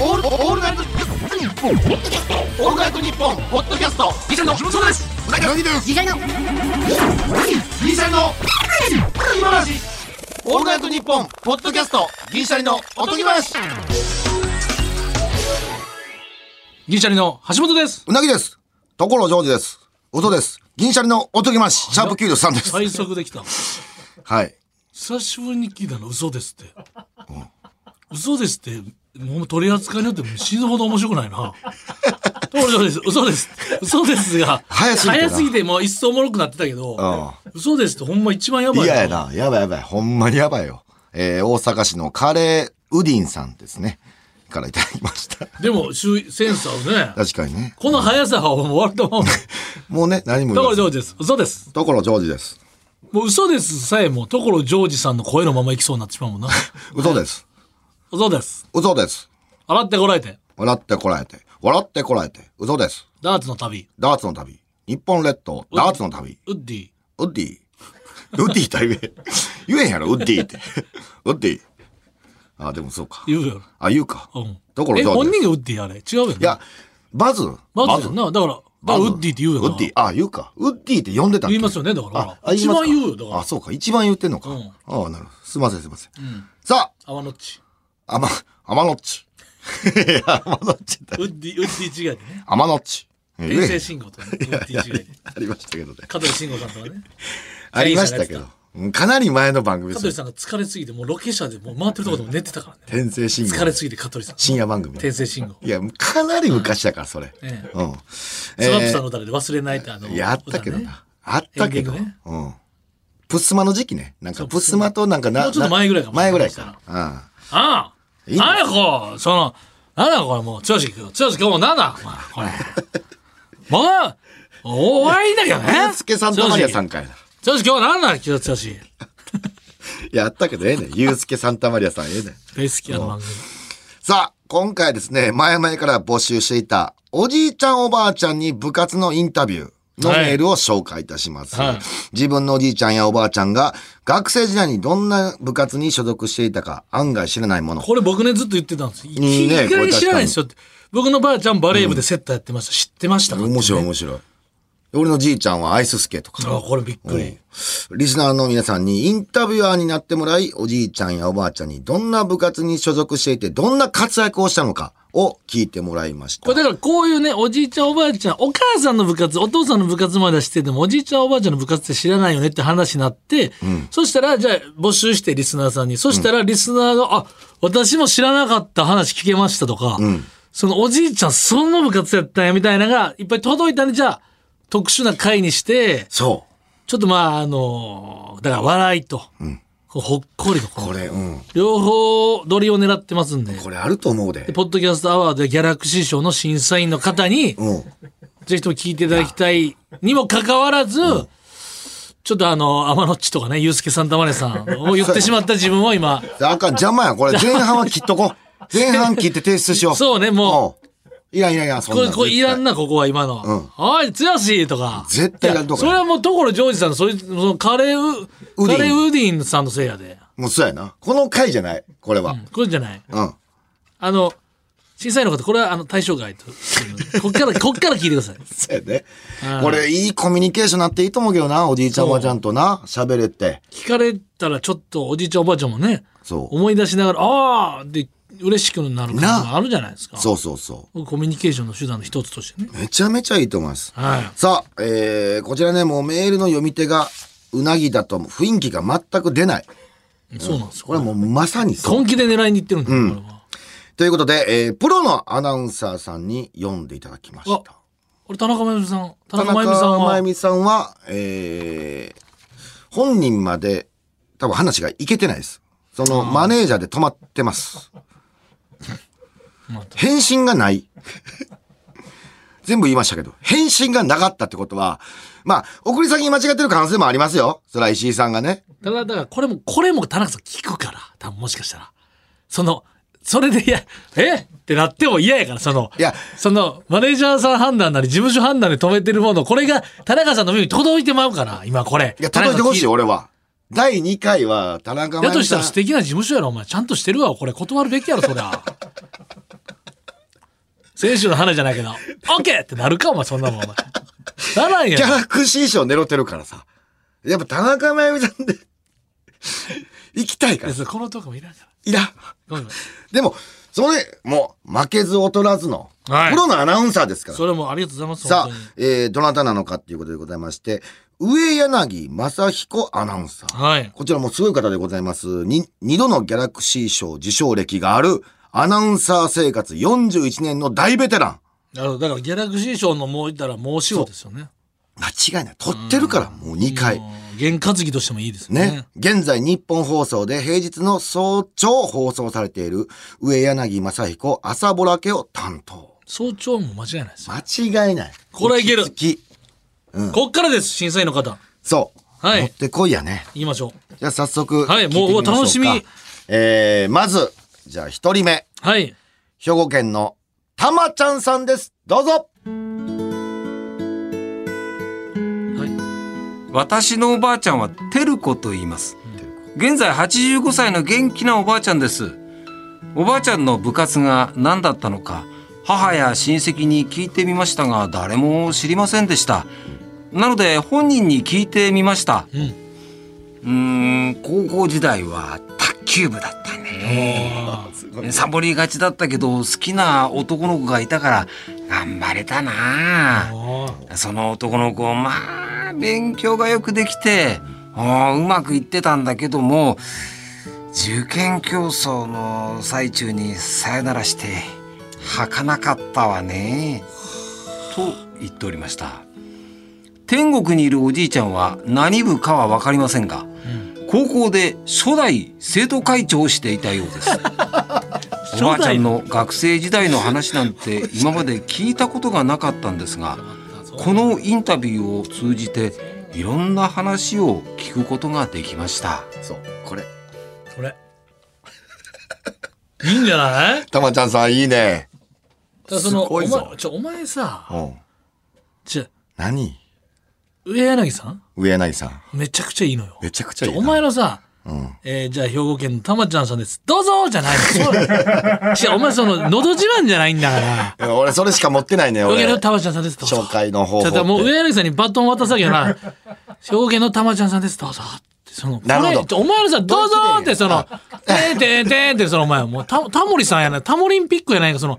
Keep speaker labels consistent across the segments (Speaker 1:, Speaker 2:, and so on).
Speaker 1: オールオールナイトニッポンオールナイトニッポンポッドキャストギシャリのそうですうなぎです
Speaker 2: ギシャリの
Speaker 1: ギシャリの今話オールナイトニッポンポッドキャストギシャリのおとぎ話
Speaker 3: ギリシャリの橋本です。
Speaker 4: うなぎです。ところジョージです。うとです。銀シャリのおとぎまし、シャープ93です。
Speaker 3: 最速できた。
Speaker 4: はい。
Speaker 3: 久しぶりに聞いたの嘘ですって。嘘ですって、もう取り扱いによって死ぬほど面白くないな。そうです。嘘です。嘘ですが、
Speaker 4: 早すぎてな
Speaker 3: てもう一層おもろくなってたけど、
Speaker 4: う
Speaker 3: 嘘ですってほんま一番やばい
Speaker 4: 嫌やや。な。やばいやばい。ほんまにやばいよ。えー、大阪市のカレーウディンさんですね。からいただきました。
Speaker 3: でも、周囲センサーをね、
Speaker 4: 確かにね。
Speaker 3: この速さはもう終わると思う。
Speaker 4: もうね、何も言
Speaker 3: とこ
Speaker 4: わ
Speaker 3: ろ
Speaker 4: ず
Speaker 3: ジョージです。嘘です。
Speaker 4: ところジョージです。
Speaker 3: もう嘘ですさえも、ところジョージさんの声のままいきそうになってしまうもんな。
Speaker 4: うとです。
Speaker 3: 嘘です。
Speaker 4: うとです。
Speaker 3: 洗ってこらえて。
Speaker 4: 笑ってこらえて。笑ってこらえて。うとです。
Speaker 3: ダーツの旅。
Speaker 4: ダーツの旅。日本列島、ダーツの旅。
Speaker 3: ウッディ。
Speaker 4: ウッディ。ウッディと言え。言えへんやろ、ウッディって。ウッディ。あ、でもそうか。
Speaker 3: 言うやろ。
Speaker 4: あ、言うか。
Speaker 3: うん。
Speaker 4: ところ
Speaker 3: え、
Speaker 4: ジョージです
Speaker 3: 本人がウッディあれ違うよね。
Speaker 4: いや、、バズ
Speaker 3: まずやんな。だから、だからウッディって言うよな。
Speaker 4: ウッディ。あ、言うか。ウッディって呼んでたっけ
Speaker 3: 言いますよね、だから。ほ
Speaker 4: あ
Speaker 3: ら、
Speaker 4: あ
Speaker 3: 一
Speaker 4: ます
Speaker 3: 番
Speaker 4: か
Speaker 3: 言うよ、だから
Speaker 4: あ、。そうか。一番言ってんのか。
Speaker 3: うん
Speaker 4: ああ、なるほど。すいません、すいません。さ
Speaker 3: 天のっち。
Speaker 4: あ、あま、あまのっ ち。いやあまのっちって
Speaker 3: ウ。ッディ、ウッディ違いでね。
Speaker 4: あまのっち。え
Speaker 3: 天
Speaker 4: え
Speaker 3: 聖信号とかね、ウッディ違いで。
Speaker 4: ありましたけどね。
Speaker 3: 香取慎吾さんとか ね。
Speaker 4: ありましたけど。うんかなり前の番組
Speaker 3: 香
Speaker 4: で
Speaker 3: 取
Speaker 4: す。
Speaker 3: さんが疲れすぎて、もうロケ車でもう回ってるとこでも寝てたからね。
Speaker 4: 天聖信号。
Speaker 3: 疲れすぎて香取さん。
Speaker 4: 深夜番組。
Speaker 3: 天聖信号。
Speaker 4: いや、かなり昔だから、それ。
Speaker 3: ええ
Speaker 4: うん。
Speaker 3: スラップさんの誰で忘れないってあの。
Speaker 4: やったけど
Speaker 3: 歌ね
Speaker 4: な。あったけど。
Speaker 3: エンディングね
Speaker 4: うん。プスマの時期ね。なん
Speaker 3: そ
Speaker 4: か
Speaker 3: う
Speaker 4: プスマとなんかな。
Speaker 3: もうちょっと前ぐらいかも
Speaker 4: 前ぐらいか。うん。
Speaker 3: ああ
Speaker 4: いいの
Speaker 3: なんやこう、その、なんだこれもう、剛君、剛君もうなんだお前これ。 もう、終わりだけどね。
Speaker 4: 健介さんとマリアさん
Speaker 3: 剛。
Speaker 4: かいな。
Speaker 3: 剛君今日なんだ今日剛。
Speaker 4: いや、あったけどええねん。ユうスケ・サンタマリアさんええねん。
Speaker 3: 大好きあの番組。
Speaker 4: さあ、今回ですね、前々から募集していた、おじいちゃんおばあちゃんに部活のインタビュー。の
Speaker 3: はい
Speaker 4: メールを紹介いたします、
Speaker 3: はい
Speaker 4: 自分のおじいちゃんやおばあちゃんが学生時代にどんな部活に所属していたか案外知らないもの。
Speaker 3: これ僕ね、ずっと言ってたんです。い
Speaker 4: いいね
Speaker 3: きなり知らないですよって。僕のばあちゃんバレー部でセッターやってました。知ってましたかってね
Speaker 4: 面白い面白い。俺のじいちゃんはアイススケとか。
Speaker 3: ああ、これびっくり。
Speaker 4: リスナーの皆さんにインタビュアーになってもらい、おじいちゃんやおばあちゃんにどんな部活に所属していて、どんな活躍をしたのかを聞いてもらいました。
Speaker 3: これだからこういうね、おじいちゃんおばあちゃん、お母さんの部活、お父さんの部活まではしてても、おじいちゃんおばあちゃんの部活って知らないよねって話になって、そしたら、じゃあ募集してリスナーさんに、そしたらリスナーが、あ、私も知らなかった話聞けましたとか、そのおじいちゃんそんな部活やったんやみたいなのがいっぱい届いたんで、じゃあ特殊な回にして、
Speaker 4: そ
Speaker 3: ちょっとまあ、あのだから笑いと、こうほっこりと
Speaker 4: う。
Speaker 3: こ
Speaker 4: これ、うん。
Speaker 3: う、両方取りを狙ってますんで。
Speaker 4: これあると思う
Speaker 3: で
Speaker 4: で。
Speaker 3: ポッドキャストアワードでギャラクシー賞の審査員の方に、
Speaker 4: うん。
Speaker 3: ぜひとも聞いていただきたいにもかかわらず、ちょっとあの、天野っちとかね、ゆうすけさんたまねさんを言ってしまった自分を今、
Speaker 4: あかん、邪魔や。これ前半は切っと こう。前半切って提出しよう。
Speaker 3: そうね
Speaker 4: う
Speaker 3: も
Speaker 4: ん。いらんいらんいらん、そん
Speaker 3: こ
Speaker 4: な
Speaker 3: れ、
Speaker 4: の
Speaker 3: これいらんな、ここは今の。
Speaker 4: ん
Speaker 3: おい、つやしとか。
Speaker 4: 絶対いらんとこ
Speaker 3: それはもう、所ジョージさんの、それ、そのカレーウ、
Speaker 4: ウディ
Speaker 3: カ
Speaker 4: ン
Speaker 3: レーウディンさんのせいやで。
Speaker 4: もうそうやな。この回じゃない。これは。
Speaker 3: これじゃない。
Speaker 4: うん。
Speaker 3: あの、審査員の方、これはあの、対象外と。こ っから、こっから聞いてください。
Speaker 4: そうやね。これ、いいコミュニケーションになっていいと思うけどな。おじいちゃんおばあちゃんとな、喋れて。
Speaker 3: 聞かれたら、ちょっとおじいちゃんおばあちゃんもね、
Speaker 4: そう。
Speaker 3: 思い出しながら、ああって嬉しくなる感じがあるじゃないですか。
Speaker 4: そうそうそう。
Speaker 3: コミュニケーションの手段の一つとしてね。
Speaker 4: めちゃめちゃいいと思います。
Speaker 3: はい
Speaker 4: さあ、えー、こちらね、もうメールの読み手が、うなぎだと雰囲気が全く出ない。
Speaker 3: そうなんですよ。
Speaker 4: これはもうまさにそう。
Speaker 3: 本気で狙いに行ってるんだよ、これは。
Speaker 4: ということで、えー、プロのアナウンサーさんに読んでいただきました。
Speaker 3: これ田中真由美さん、田
Speaker 4: 田
Speaker 3: 中
Speaker 4: 中
Speaker 3: 真由美さん
Speaker 4: 真由
Speaker 3: は、
Speaker 4: 美さんは、えー、本人まで多分話がいけてないです。そのマネージャーで止まってます。
Speaker 3: また
Speaker 4: 返信がない。 全部言いましたけど、返信がなかったってことは、まあ、送り先に間違ってる可能性もありますよ。それは石井さんがね。
Speaker 3: ただ、だからこれも、これも田中さん聞くから、多分もしかしたら。その、それで、いや、 えってなっても嫌やから、その、
Speaker 4: いや
Speaker 3: その、マネージャーさん判断なり、事務所判断で止めてるもの、これが田中さんの目に届いてまうから、今これ。
Speaker 4: いや、届いてほしい、
Speaker 3: 田中さん聞
Speaker 4: 俺は。第2回は、田中真
Speaker 3: だと
Speaker 4: 由
Speaker 3: したら
Speaker 4: さ
Speaker 3: 素
Speaker 4: ん。
Speaker 3: 敵な事務所やろ、お前。ちゃんとしてるわ、これ。断るべきやろ、そりゃ。先週の花じゃないけど、オッケーってなるか、お前、そんなもん、お前。ならんや
Speaker 4: ギャ
Speaker 3: ん。
Speaker 4: ラクシー賞狙ってるからさ。やっぱ田中真由美さんで、 行きたいから。
Speaker 3: 別にこのトークもいらんから。
Speaker 4: いらん。
Speaker 3: ごめんごめん
Speaker 4: でも、それ、もう、負けず劣らずの、
Speaker 3: はい
Speaker 4: プロのアナウンサーですから。
Speaker 3: それもありがとうございます、
Speaker 4: さ
Speaker 3: 本
Speaker 4: あ
Speaker 3: 当に。、
Speaker 4: えー、どなたなのかっていうことでございまして、上柳正彦アナウンサー。
Speaker 3: はい。
Speaker 4: こちらもすごい方でございます。に、二度のギャラクシー賞受賞歴がある、アナウンサー生活41年の大ベテラン。
Speaker 3: なるほど。だから、ギャラクシー賞のもう言ったら、申し子ですよね。
Speaker 4: 間違いない。取ってるから、もう2回。
Speaker 3: 験担ぎとしてもいいですね。
Speaker 4: ね。現在、日本放送で平日の早朝放送されている、上柳正彦朝ぼらけを担当。
Speaker 3: 早朝も間違いないですよ。
Speaker 4: 間違いない。
Speaker 3: これはいける
Speaker 4: 落ち着き
Speaker 3: こっからです、審査員の方。
Speaker 4: そう。
Speaker 3: はい
Speaker 4: 持ってこいやね。
Speaker 3: 言いましょう。
Speaker 4: じゃあ早速
Speaker 3: はい
Speaker 4: 聞てみまょうか
Speaker 3: もう楽しみ
Speaker 4: えー、まず、じゃあ一人目、
Speaker 3: はい。
Speaker 4: 兵庫県のたまちゃんさんです。どうぞ
Speaker 3: はい。
Speaker 2: 私のおばあちゃんはテルコと言います現在85歳の元気なおばあちゃんですおばあちゃんの部活が何だったのか母や親戚に聞いてみましたが誰も知りませんでしたなので本人に聞いてみました
Speaker 3: うん
Speaker 2: うーん高校時代は卓球部だったねサボりがちだったけど好きな男の子がいたから頑張れたなあ
Speaker 3: ああ。
Speaker 2: その男の子まあ勉強がよくできてあーうまくいってたんだけども受験競争の最中にさよならして儚かったわねと言っておりました天国にいるおじいちゃんは何部かは分かりませんが高校で初代生徒会長をしていたようですおばあちゃんの学生時代の話なんて今まで聞いたことがなかったんですがこのインタビューを通じていろんな話を聞くことができました
Speaker 4: そう、これ。
Speaker 3: これ。 いいんじゃないだか
Speaker 4: たまちゃんさんいいね。
Speaker 3: らその
Speaker 4: すごいぞ
Speaker 3: お前、ちょ、お前さ、
Speaker 4: うん。
Speaker 3: ちょ、
Speaker 4: 何
Speaker 3: 上柳さん
Speaker 4: 上柳さん。
Speaker 3: めちゃくちゃいいのよ。
Speaker 4: めちゃくちゃ
Speaker 3: ち
Speaker 4: い
Speaker 3: ょ
Speaker 4: いな。
Speaker 3: お前のさ、
Speaker 4: うん。
Speaker 3: えーじゃあ兵庫県のたまちゃんさんです。どうぞじゃない の。違う、お前その、のど自慢じゃないんだから。
Speaker 4: いや俺それしか持ってないね、
Speaker 3: 兵庫
Speaker 4: 俺
Speaker 3: 県。のたまちゃんさんです。どうぞ
Speaker 4: 紹介の方法
Speaker 3: ちょ
Speaker 4: っ
Speaker 3: っともう
Speaker 4: て。
Speaker 3: 上柳さんにバトン渡さなきゃ な。兵庫県のたまちゃんさんです。どうぞって。その
Speaker 4: なるほど
Speaker 3: これちょお前のさ、どうぞって、その、てんてんてんって、そのお前、もうタタモリさんやな、タモリンピックやないか、その、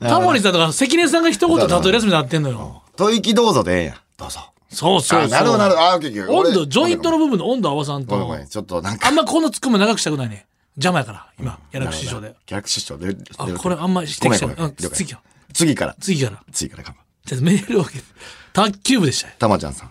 Speaker 3: タモリさんとか関根さんが一言例えるやつになってんのよ。
Speaker 4: 吐息どうぞでええやん。どうぞ。
Speaker 3: そうそうそ
Speaker 4: あ、
Speaker 3: う。
Speaker 4: なるほど、なるほど。あ、オッケーオッケー俺
Speaker 3: 温度、ジョイントの
Speaker 4: ご
Speaker 3: 部分の温度合わさ
Speaker 4: め
Speaker 3: ん
Speaker 4: んごめんご
Speaker 3: と
Speaker 4: めん。。ちょっとなんか。
Speaker 3: あんまこのツッコミ長くしたくないね。邪魔やから、今、ギャラクシー賞で。
Speaker 4: ギャラクシー賞で。
Speaker 3: あ
Speaker 4: 出る
Speaker 3: これあんま指摘しちゃ
Speaker 4: ご
Speaker 3: う
Speaker 4: めんごめん
Speaker 3: うん
Speaker 4: 了解
Speaker 3: 次よ
Speaker 4: 次から。
Speaker 3: 次から。
Speaker 4: 次からかも。
Speaker 3: ちょっとメールを受けて。卓球部でしたよ。
Speaker 4: たまちゃんさん。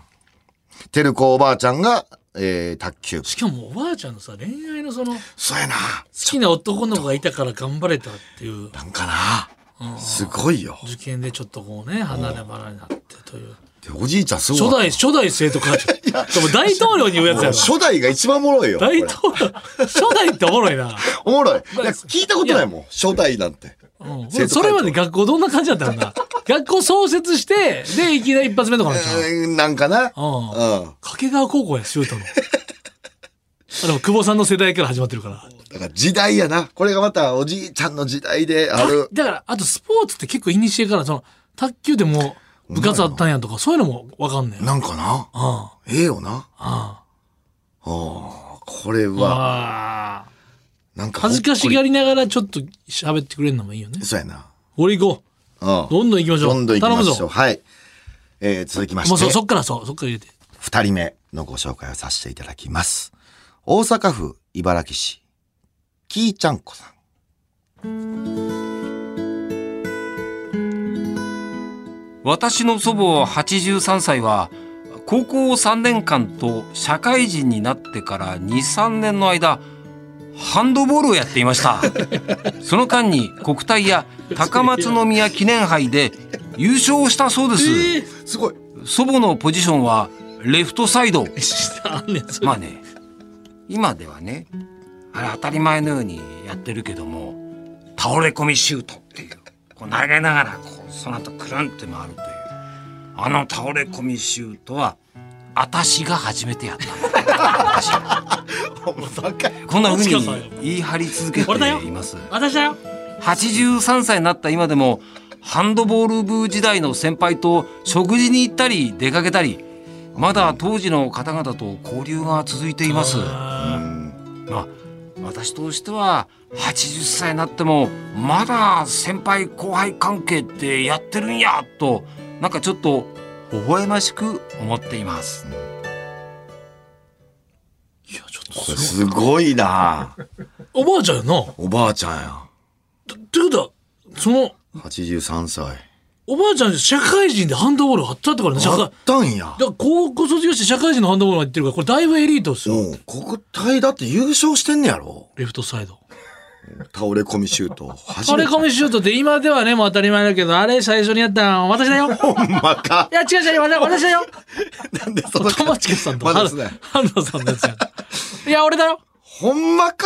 Speaker 4: てるこおばあちゃんが、えー、卓球。
Speaker 3: しかもおばあちゃんのさ、恋愛のその、好
Speaker 4: そうやな。
Speaker 3: きな男の子がいたから頑張れたっていう。
Speaker 4: なんかな。すごいよ。
Speaker 3: 受験でちょっとこうね離れ離れになってという
Speaker 4: でおじいちゃんすごい。
Speaker 3: 初代初代生徒会長でも大統領に言うやつやろ
Speaker 4: 初代が一番おもろいよ。
Speaker 3: 大
Speaker 4: これ
Speaker 3: 統領初代っておもろいな、
Speaker 4: おもろい。いや聞いたことないもん。初代なんて。
Speaker 3: う
Speaker 4: 生徒
Speaker 3: ん、
Speaker 4: 会長
Speaker 3: それまで学校どんな感じだったんだ学校創設してでいきなり一発目とかなんちゃう、
Speaker 4: えーなんかな。
Speaker 3: う
Speaker 4: うん。
Speaker 3: ん掛川高校やシュートのあでも久保さんの世代から始まってるから
Speaker 4: だから時代やな。これがまたおじいちゃんの時代である。
Speaker 3: だからあとスポーツって結構いにしえからその卓球でも部活あったんやとかそういうのもわかんねん
Speaker 4: なんかな。
Speaker 3: あ
Speaker 4: ええよな。あ
Speaker 3: あ
Speaker 4: あ。これ
Speaker 3: あ
Speaker 4: は、
Speaker 3: ああ
Speaker 4: なんかほっこ
Speaker 3: 恥
Speaker 4: り。
Speaker 3: ずかしがりながらちょっと喋ってくれるのもいいよね
Speaker 4: そうやな。
Speaker 3: 俺行こう
Speaker 4: うん。
Speaker 3: どんどん行きましょう。
Speaker 4: どんどん行きましょ
Speaker 3: 頼
Speaker 4: う。
Speaker 3: むぞ。
Speaker 4: はい。えー、続きま
Speaker 3: もうそ
Speaker 4: して
Speaker 3: そ、っからそう、そっから入れて。
Speaker 4: 二人目のご紹介をさせていただきます。大阪府茨城市、きーちゃんこさん。
Speaker 2: 私の祖母83歳は高校3年間と社会人になってから23年の間ハンドボールをやっていました その間に国体や高松宮記念杯で優勝したそうです、
Speaker 3: え
Speaker 4: すごい。
Speaker 2: 祖母のポジションはレフトサイド
Speaker 3: えしたあんねん、それ。
Speaker 2: まあね今ではねあれ当たり前のようにやってるけども倒れ込みシュートっていうこう投げながらこうその後くるんって回るというあの倒れ込みシュートは私が初めてやったこんな風に言い張り続けています
Speaker 3: 私だよ。
Speaker 2: 83歳になった今でもハンドボール部時代の先輩と食事に行ったり出かけたりまだ当時の方々と交流が続いています
Speaker 3: あ
Speaker 2: まあ私としては80歳になってもまだ先輩後輩関係ってやってるんやとなんかちょっと微笑ましく思っています
Speaker 3: ーいやちょっと
Speaker 4: これすごいな
Speaker 3: おばあちゃんやな
Speaker 4: おばあちゃんや。
Speaker 3: ということはその
Speaker 4: 83歳。
Speaker 3: おばあちゃん社会人でハンドボールあったってからね社会
Speaker 4: あったんや
Speaker 3: だ。から高校卒業して社会人のハンドボールが行ってるからこれだいぶエリートですよ、
Speaker 4: うん、国体だって優勝してんねやろ
Speaker 3: レフトサイド
Speaker 4: 倒れ込みシュート。初
Speaker 3: あ
Speaker 4: め
Speaker 3: れ
Speaker 4: て
Speaker 3: コミシュートって今ではねもう当たり前だけどあれ最初にやったの私 だよい
Speaker 4: ほんまか。
Speaker 3: や違う違う私私だ よ
Speaker 4: なんでその
Speaker 3: 玉地さんと
Speaker 4: まだで
Speaker 3: 原
Speaker 4: すね
Speaker 3: 原田さんのやつやいや俺だよ
Speaker 4: ほんまか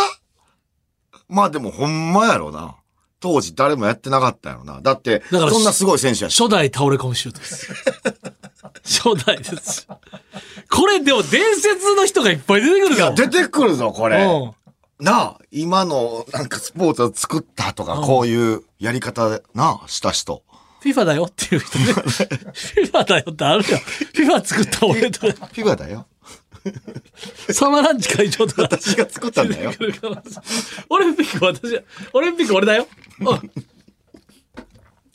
Speaker 4: まあでもほんまやろな。当時誰もやってなかったやろな。だって、
Speaker 3: だから
Speaker 4: そんなすごい選手やし。
Speaker 3: 初代倒れ込みシュートです。初代です。 これでも伝説の人がいっぱい出てくる
Speaker 4: い
Speaker 3: ぞ
Speaker 4: や、出てくるぞ、これ。
Speaker 3: うん
Speaker 4: なあ、今のなんかスポーツを作ったとか、こういうやり方で、なあ、した人。
Speaker 3: FIFA だよっていう人ね。FIFA だよってあるじゃん。FIFA 作った俺と、
Speaker 4: フィバだよ。
Speaker 3: サマーランチ会場とか。
Speaker 4: 私が作ったんだよ。
Speaker 3: オリンピック私、オリンピック俺だよ。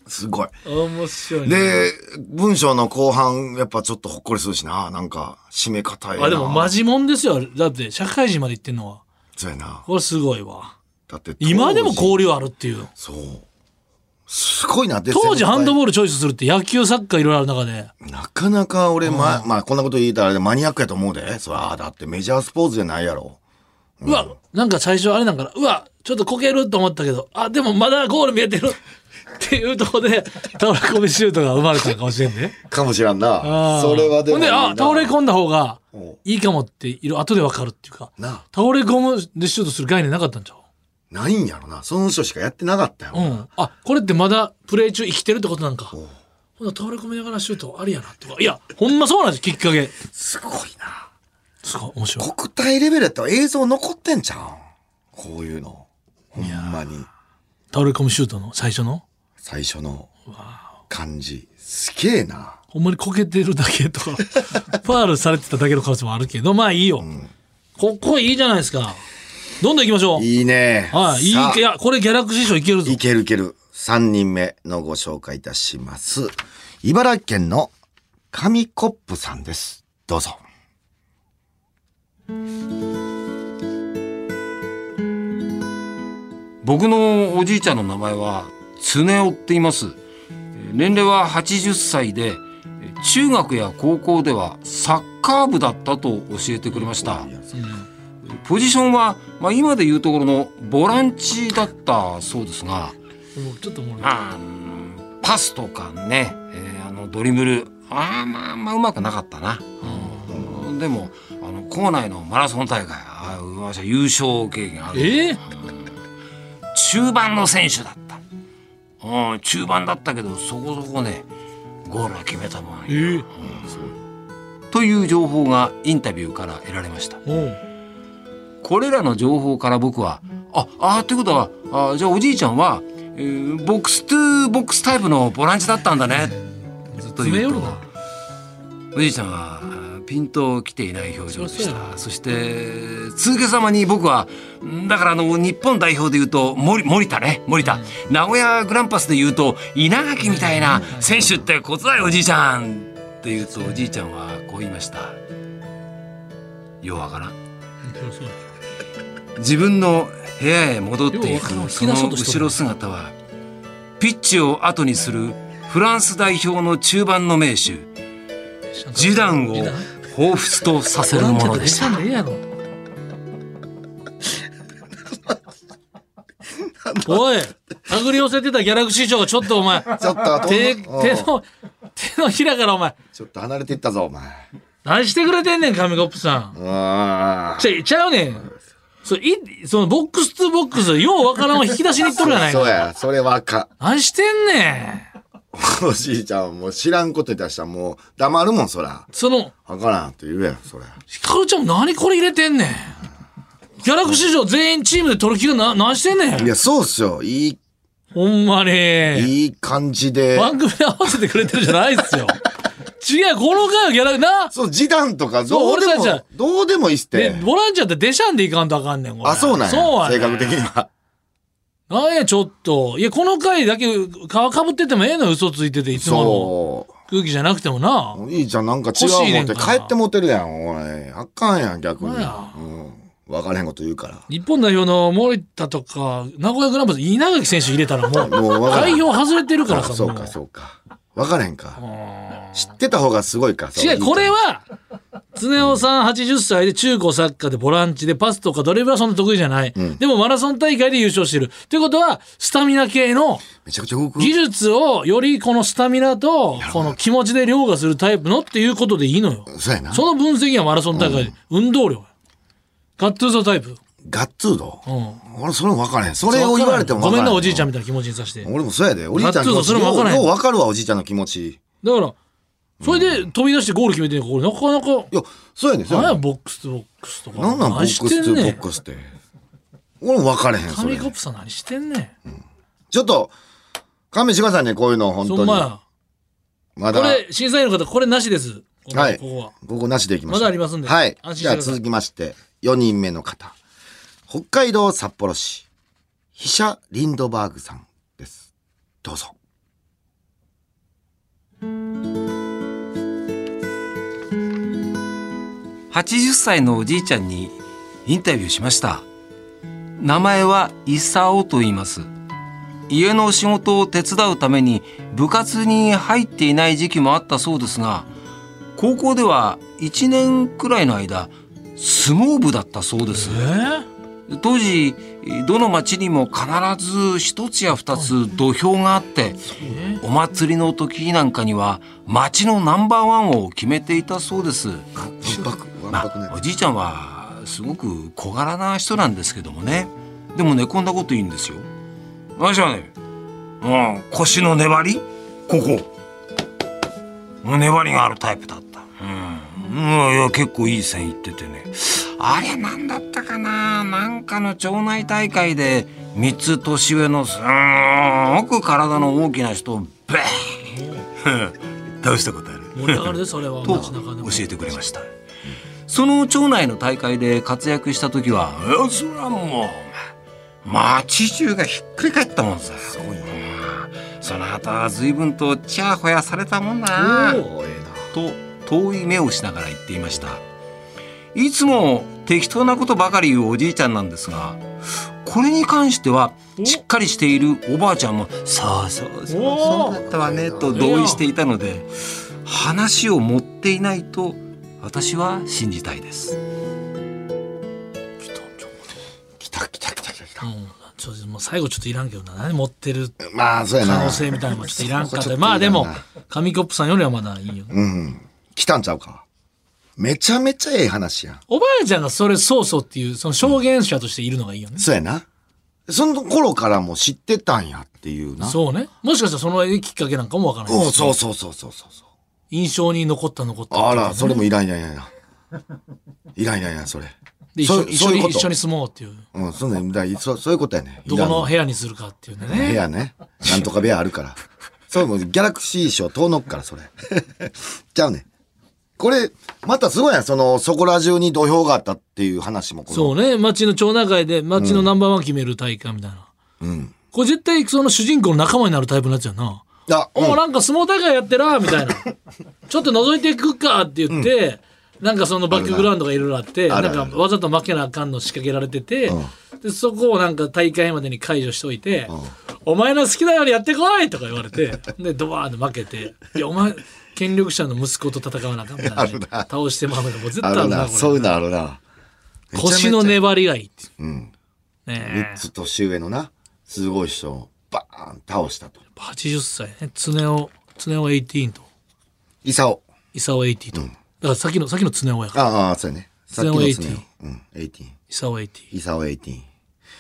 Speaker 4: すごい。
Speaker 3: うん面白いね。
Speaker 4: で、文章の後半、やっぱちょっとほっこりするしな。なんか、締め方やな。
Speaker 3: あ、でもマ
Speaker 4: ジ。
Speaker 3: ジもんですよ。だって社会人まで行ってんのは。
Speaker 4: そうやな。
Speaker 3: これすごいわ。
Speaker 4: だって、
Speaker 3: 今でも
Speaker 4: う。
Speaker 3: 交流あるっていう。
Speaker 4: そう。すごいな。で
Speaker 3: 当時ハンド
Speaker 4: ー
Speaker 3: ボールチョイスするって野球、サッカーいろいろある中で。
Speaker 4: ル。なかなか俺、ま、まあ、こんなこと言いたらあれでマニアックやと思うで。そら、だってメジャースポーツじゃないやろ。
Speaker 3: うわ、なんか最初あれなんかな、うわ、ちょっとこけると思ったけど、あ、でもまだゴール見えてる っていうところで、倒れ込みシュートが生まれたのかもしれんね。
Speaker 4: かもしらん
Speaker 3: あ
Speaker 4: な。
Speaker 3: ー
Speaker 4: それはでもい
Speaker 3: ほん
Speaker 4: い
Speaker 3: で、
Speaker 4: な。
Speaker 3: あ、倒れ込んだ方が
Speaker 4: おう
Speaker 3: いいかもって、いる後でわかるっていうか、
Speaker 4: なあ、
Speaker 3: 倒れ込むでシュートする概念なかったんちゃう
Speaker 4: ないんやろな。その人しかやってなかったよ。
Speaker 3: うん。あ、これってまだプレイ中生きてるってことなんか。ほんな倒れ込みながらシュートありやなっていうか。いや、ほんまそうなんですよ、きっかけ。
Speaker 4: すごいな。
Speaker 3: すごい、面白い。
Speaker 4: 国体レベルやったら映像残ってんじゃん。こういうの。ほんまに。
Speaker 3: 倒れ込むシュートの最初の。
Speaker 4: 最初の感じ。すげえな。
Speaker 3: ほんまにこけてるだけとか、 ファールされてただけの可能性もあるけど、まあいいよ。ここいいじゃないですか。どんどん行きましょう。
Speaker 4: いいね。
Speaker 3: はい、いい、い
Speaker 4: さあ
Speaker 3: や、これギャラクシー賞いけるぞ
Speaker 4: い。けるいける。3人目のご紹介いたします。茨城県の紙コップさんです。どうぞ。
Speaker 2: 僕のおじいちゃんの名前は常夫って言いますえー年齢は80歳でえー中学や高校ではサッカー部だったと教えてくれました
Speaker 3: うん
Speaker 2: ポジションは、まあ、今でいうところのボランチだったそうですが
Speaker 3: もうちょっともう、
Speaker 2: まあうんパスとかね、えーあのドリブルあーまあまあうまくなかったな、うんでもあの校内のマラソン大会あー私は優勝経験ある
Speaker 3: ええ
Speaker 2: 中盤の選手だった。うん、中盤だったけどそこそこねゴールは決めたもんや、
Speaker 3: えー
Speaker 2: という情報がインタビューから得られました
Speaker 3: おう
Speaker 2: これらの情報から僕はああということはあじゃあおじいちゃんは、えーボックス2ボックスタイプのボランチだったんだねずっと
Speaker 3: 詰め寄
Speaker 2: 言う
Speaker 3: る
Speaker 2: と
Speaker 3: な。
Speaker 2: おじいちゃんはあーピンときていない表情でし
Speaker 3: そりゃそう
Speaker 2: たそして続けざまに僕はんだからあの日本代表でいうと森森田ね森田名古屋グランパスでいうと稲垣みたいな選手ってことだよおじいちゃんって言うとおじいちゃんはこう言いましたようわからん自分の部屋へ戻ってい
Speaker 3: ようわから
Speaker 2: く
Speaker 3: ん
Speaker 2: その
Speaker 3: 好きな仕事し
Speaker 2: 後
Speaker 3: とる
Speaker 2: ろ姿はピッチを後にするフランス代表の中盤の名手ジダンを
Speaker 3: ジダン
Speaker 2: 彷彿とさせるものでした
Speaker 3: ボランチだとジダンでええやろ おい殴り寄せてたギャラクシー賞がちょっとお前
Speaker 4: ちょっと後
Speaker 3: 手手
Speaker 4: うん
Speaker 3: の 手のひらからお前
Speaker 4: ちょっと離れていったぞ、お前。
Speaker 3: 何してくれてんねん紙コップさん
Speaker 4: うーん
Speaker 3: ちゃいちゃうねんそれいそのボックス2ボックスようわからんを引き出しにいっとるやない
Speaker 4: そう
Speaker 3: か
Speaker 4: や、それはあかん。
Speaker 3: 何してんねん
Speaker 4: おじいちゃんはもう知らんことに対してはもう黙るもん、そら。
Speaker 3: その
Speaker 4: わからんって言うやろ、それ。
Speaker 3: ヒカルちゃんも何これ入れてんねんギャラクシー賞全員チームで取る気がな何してんねん
Speaker 4: いや、そうっすよ。いい
Speaker 3: ほんまに。
Speaker 4: いい感じで。
Speaker 3: 番組合わせてくれてるじゃないっ すよ。違う、この回はギャラな。
Speaker 4: そう、示談とか
Speaker 3: そ
Speaker 4: ど
Speaker 3: う
Speaker 4: うで
Speaker 3: 俺たちは
Speaker 4: も、どうでもいいっすっ
Speaker 3: で、
Speaker 4: て。
Speaker 3: ボランティアってデシャンで行かんとあかんねん、これ。
Speaker 4: あ、そうなんや。
Speaker 3: そうやね
Speaker 4: 性格的には。
Speaker 3: なんや、ちょっと。いや、この回だけ、顔かぶっててもええのよ嘘ついてて、いつもの
Speaker 4: そ
Speaker 3: 空気じゃなくてもな。
Speaker 4: う。いいじゃん、なんか違う
Speaker 3: 欲しい
Speaker 4: 思
Speaker 3: ねん
Speaker 4: っ
Speaker 3: か
Speaker 4: て
Speaker 3: ら
Speaker 4: 帰ってもてるやん、おい。あかんやん、逆に。
Speaker 3: ほんまや
Speaker 4: うん。わからへんこと言うか
Speaker 3: 日本代表の森田とか、名古屋グランパス、稲垣選手入れた らもう、
Speaker 4: ら。もうわから
Speaker 3: 代
Speaker 4: へん。
Speaker 3: 表外れてるからさ、
Speaker 4: そう
Speaker 3: も
Speaker 4: か、
Speaker 3: う
Speaker 4: そうか。わからへんか。
Speaker 3: うん
Speaker 4: 知ってた方がすごいか。そう
Speaker 3: 違う、これ
Speaker 4: いい
Speaker 3: は、常雄さん80歳で中高サッカーでボランチでパスとかドリブルはそんな得意じゃない。でもマラソン大会で優勝してる。ということは、スタミナ系の
Speaker 4: めちゃくちゃ動く。
Speaker 3: 技術をよりこのスタミナと、この気持ちで凌駕するタイプのっていうことでいいのよ。
Speaker 4: そうやな。
Speaker 3: その分析はマラソン大会で、運動量や。ガッツーザタイプ。
Speaker 4: ガッツード。
Speaker 3: う
Speaker 4: 俺、それもわからへん。それを言われてもわ
Speaker 3: ご
Speaker 4: から
Speaker 3: め
Speaker 4: へん。
Speaker 3: んな、おじいちゃんみたいな気持ちにさせて。だか
Speaker 4: 俺もそうやで。おじいちゃんの気
Speaker 3: ガッ
Speaker 4: 持
Speaker 3: ツードそ
Speaker 4: ち。
Speaker 3: れもわからへん
Speaker 4: ようわかるわ、おじいちゃんの気持ち。い
Speaker 3: ら、それで飛び出してゴール決めてんねんこれ、なかなか、
Speaker 4: や、そうやね。そうや
Speaker 3: 何
Speaker 4: ね
Speaker 3: や、ボックスとボックスとか。
Speaker 4: なんなんボック
Speaker 3: 何
Speaker 4: ス
Speaker 3: してん
Speaker 4: 2ボ
Speaker 3: ね
Speaker 4: ッ
Speaker 3: ん
Speaker 4: クスって。俺も分かれへん、そ
Speaker 3: 神
Speaker 4: れ。
Speaker 3: コップさん何してんね
Speaker 4: ちょっと、勘弁してくださいね、こういうの、
Speaker 3: ん。
Speaker 4: 本
Speaker 3: そ
Speaker 4: 当
Speaker 3: ん
Speaker 4: に。
Speaker 3: まや。
Speaker 4: まだ、
Speaker 3: こ
Speaker 4: こ
Speaker 3: れ、審査員の方、これなしです。ここ
Speaker 4: はい
Speaker 3: ここは。
Speaker 4: こなしでいきましょう
Speaker 3: まだありますんで
Speaker 4: はい。
Speaker 3: 安心して
Speaker 4: じゃあ
Speaker 3: ください
Speaker 4: 続きまして、4人目の方。北海道札幌市、飛車リンドバーグさんです。どうぞ。
Speaker 2: 80歳のおじいちゃんにインタビューしました名前はイサオと言います家の仕事を手伝うために部活に入っていない時期もあったそうですが高校では1年くらいの間相撲部だったそうです
Speaker 3: えー
Speaker 2: 当時どの町にも必ず一つや二つ土俵があって
Speaker 3: え
Speaker 2: お祭りの時なんかには町のナンバーワンを決めていたそうです
Speaker 4: わんぱく、わん
Speaker 2: ま
Speaker 4: ぱくね
Speaker 2: あ、お。じいちゃんはすごく小柄な人なんですけどもねでもねこんなこと言うんですよ私はね、うん、腰の粘りここ粘りがあるタイプだったうん、うん、いや結構いい線いっててねあれなんだったかななんかの町内大会で3つ年上のすんごく体の大きな人をベー ン倒したことある
Speaker 3: 盛り上がるで、それは。
Speaker 2: と
Speaker 3: 街中でも
Speaker 2: 教えてくれましたその町内の大会で活躍した時は「いやそれはもう町中がひっくり返ったもんさ」すごいその後は随分とちやほやされたもんだな
Speaker 3: お
Speaker 4: おええな
Speaker 2: と遠い目をしながら言っていましたいつも適当なことばかり言うおじいちゃんなんですがこれに関しては
Speaker 3: お
Speaker 2: しっかりしているおばあちゃんも「そうそうそう
Speaker 3: お
Speaker 2: そ
Speaker 3: ー
Speaker 2: うだったわね」と同意していたので話を持っていないと私は信じたいです
Speaker 4: 来た来た来た来た来た。
Speaker 3: うんちょっともう最後ちょっといらんけどな。何持ってる
Speaker 4: まあ、そうやな。
Speaker 3: 可能性みたいなのもちょっといらんかっ
Speaker 4: そ
Speaker 3: た
Speaker 4: こちょ
Speaker 3: り。
Speaker 4: っといらんな
Speaker 3: まあでも、紙コップさんよりはまだいいよ。
Speaker 4: うん。来たんちゃうか。めちゃめちゃええ話やん。
Speaker 3: おばあちゃんがそれそうそうっていう、その証言者としているのがいいよね。
Speaker 4: そうやな。その頃からもう知ってたんやっていうな。
Speaker 3: そうね。もしかしたらそのきっかけなんかもわからない
Speaker 4: おうそうそうそうそうそうそう。
Speaker 3: 印象に残った残ったってい
Speaker 4: あ
Speaker 3: うね。
Speaker 4: ら、それもいらんいらんいらんいらん。いらんいらんいらん、それ。
Speaker 3: で一
Speaker 4: そ
Speaker 3: 緒
Speaker 4: う
Speaker 3: 一
Speaker 4: そ
Speaker 3: 緒
Speaker 4: ういう
Speaker 3: に
Speaker 4: こと
Speaker 3: 一緒に住もうっていう。
Speaker 4: うん、そんなんだいそそういうことやね。
Speaker 3: どこの
Speaker 4: い
Speaker 3: 部屋にするかっていうね。
Speaker 4: らん部屋ね。なんとか部屋あるから。それもうギャラクシー賞遠のくから、それ。 ちゃうね。これ、またすごいやん。その、そこら中に土俵があったっていう話も。この
Speaker 3: そうね。町の町内会で町のナンバーワン決める大会みたいな。
Speaker 4: うん。
Speaker 3: これ絶対その主人公の仲間になるタイプになっちゃうな。
Speaker 4: あ、うん
Speaker 3: おなんか相撲大会やってらみた いな。ちょっと覗いていくかって言って、なんかそのバックグラウンドがいろいろあって、
Speaker 4: あ
Speaker 3: な
Speaker 4: る
Speaker 3: ん
Speaker 4: ある
Speaker 3: かわざと負けなあかんの仕掛けられてて、でそこをなんか大会までに解除しといて、お前の好きなようにやってこいとか言われて、 で、ドバーンと負けて、いや、お前、権力者の息子と戦わなあかんみたいなね、倒してまうのがもう絶対
Speaker 4: あ
Speaker 3: ある
Speaker 4: る
Speaker 3: な、
Speaker 4: な。そうい
Speaker 3: これ
Speaker 4: う。のあるな。
Speaker 3: 腰の粘りがいいって。
Speaker 4: うん。
Speaker 3: ね
Speaker 4: 3
Speaker 3: え
Speaker 4: つ年上のな、すごい人をバーン倒したと。
Speaker 3: 80歳ね。常雄、常雄18と、
Speaker 4: イサオ。
Speaker 3: 伊沢80と。だからさっきの、さっきの常雄やから。
Speaker 4: ああ、そうやね。さっきのスネ
Speaker 3: 18
Speaker 4: 夫うん、18。
Speaker 3: 伊沢80。
Speaker 4: イサオ18。やっ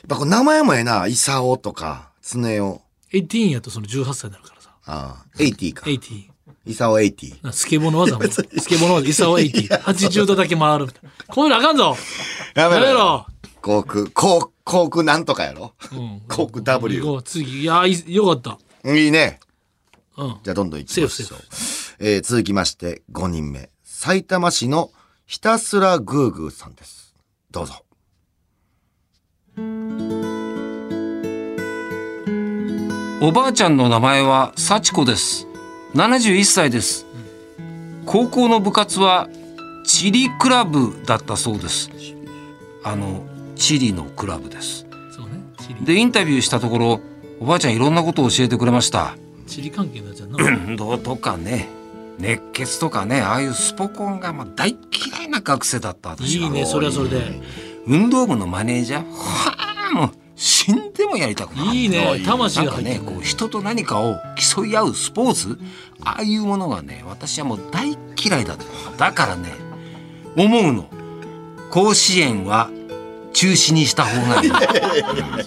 Speaker 4: ぱこれ名前もええな。イサオとか、スネ夫。
Speaker 3: 18やとその18歳になるからさ。
Speaker 4: ああ、80か。
Speaker 3: 80。
Speaker 4: イサオ80。
Speaker 3: なスケボーの 技も。スケボーの技、イサオ80。80度だけ回るみたいな。こういうのあかんぞ
Speaker 4: や
Speaker 3: やめろ
Speaker 4: 航空、航航空なんとかやろ
Speaker 3: うん
Speaker 4: 航空 W。
Speaker 3: こう次いやいいよかった
Speaker 4: いいね。
Speaker 3: うん
Speaker 4: じゃあどんどん行きまし
Speaker 3: セ
Speaker 4: ょう
Speaker 3: ーフ。
Speaker 4: えー続きまして、5人目。埼玉市のひたすらグーグーさんです。どうぞ。
Speaker 2: おばあちゃんの名前は幸子です71歳です高校の部活はチリクラブだったそうですあのチリのクラブです
Speaker 3: そうねチリ
Speaker 2: でインタビューしたところおばあちゃんいろんなことを教えてくれました
Speaker 3: チリ関係になっちゃ うな
Speaker 2: 運動とかね熱血とかねああいうスポコンがまあ大嫌いな学生だった私は
Speaker 3: い
Speaker 2: い
Speaker 3: ねそれはそれで
Speaker 2: 運動部のマネージャーはあもう死んでもやりたくない
Speaker 3: いいね魂
Speaker 2: なん
Speaker 3: が
Speaker 2: か
Speaker 3: 入って
Speaker 2: ね
Speaker 3: る
Speaker 2: こう人と何かを競い合うスポーツああいうものがね私はもう大嫌いだとだからね思うの甲子園は中止にした方がいい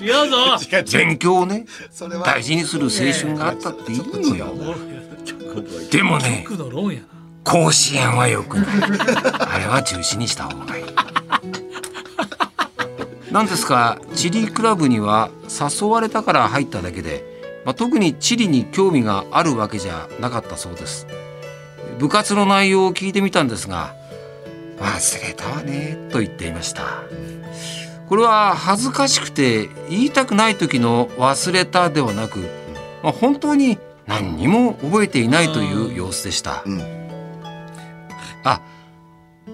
Speaker 3: 違うぞ
Speaker 2: 勉強をね
Speaker 4: それは
Speaker 2: 大事にする青春があったっていいのよでもね
Speaker 3: 僕の論やな
Speaker 2: 甲子園はよくないあれは中止にした方がいいなんですかチリクラブには誘われたから入っただけで、まあ、特にチリに興味があるわけじゃなかったそうです部活の内容を聞いてみたんですが「忘れたわね」と言っていましたこれは恥ずかしくて言いたくない時の「忘れた」ではなく、まあ、本当に何にも覚えていないという様子でした、
Speaker 4: うん
Speaker 2: あ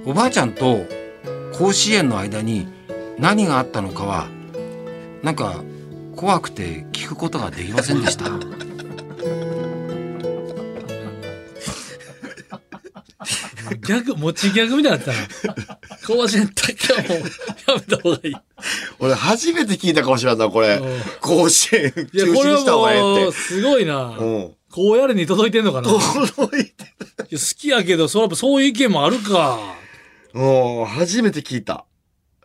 Speaker 2: おばあちゃんと甲子園の間に何があったのかはなんか怖くて聞くことができませんでした
Speaker 3: ギャグ持ちギャグみたいになったな甲子園だけはもうやめた方がいい
Speaker 4: 俺初めて聞いたかもしれないな、これ
Speaker 3: うん。
Speaker 4: 甲子園中
Speaker 3: いやこ
Speaker 4: 止
Speaker 3: れ
Speaker 4: にした方がえ
Speaker 3: は
Speaker 4: え
Speaker 3: も
Speaker 4: っ
Speaker 3: うすごいな
Speaker 4: て。うん。
Speaker 3: こうやるに届いてんのかないや
Speaker 4: 届いて
Speaker 3: 好きやけどそれやっぱそういう意見もあるか
Speaker 4: もう初めて聞いた。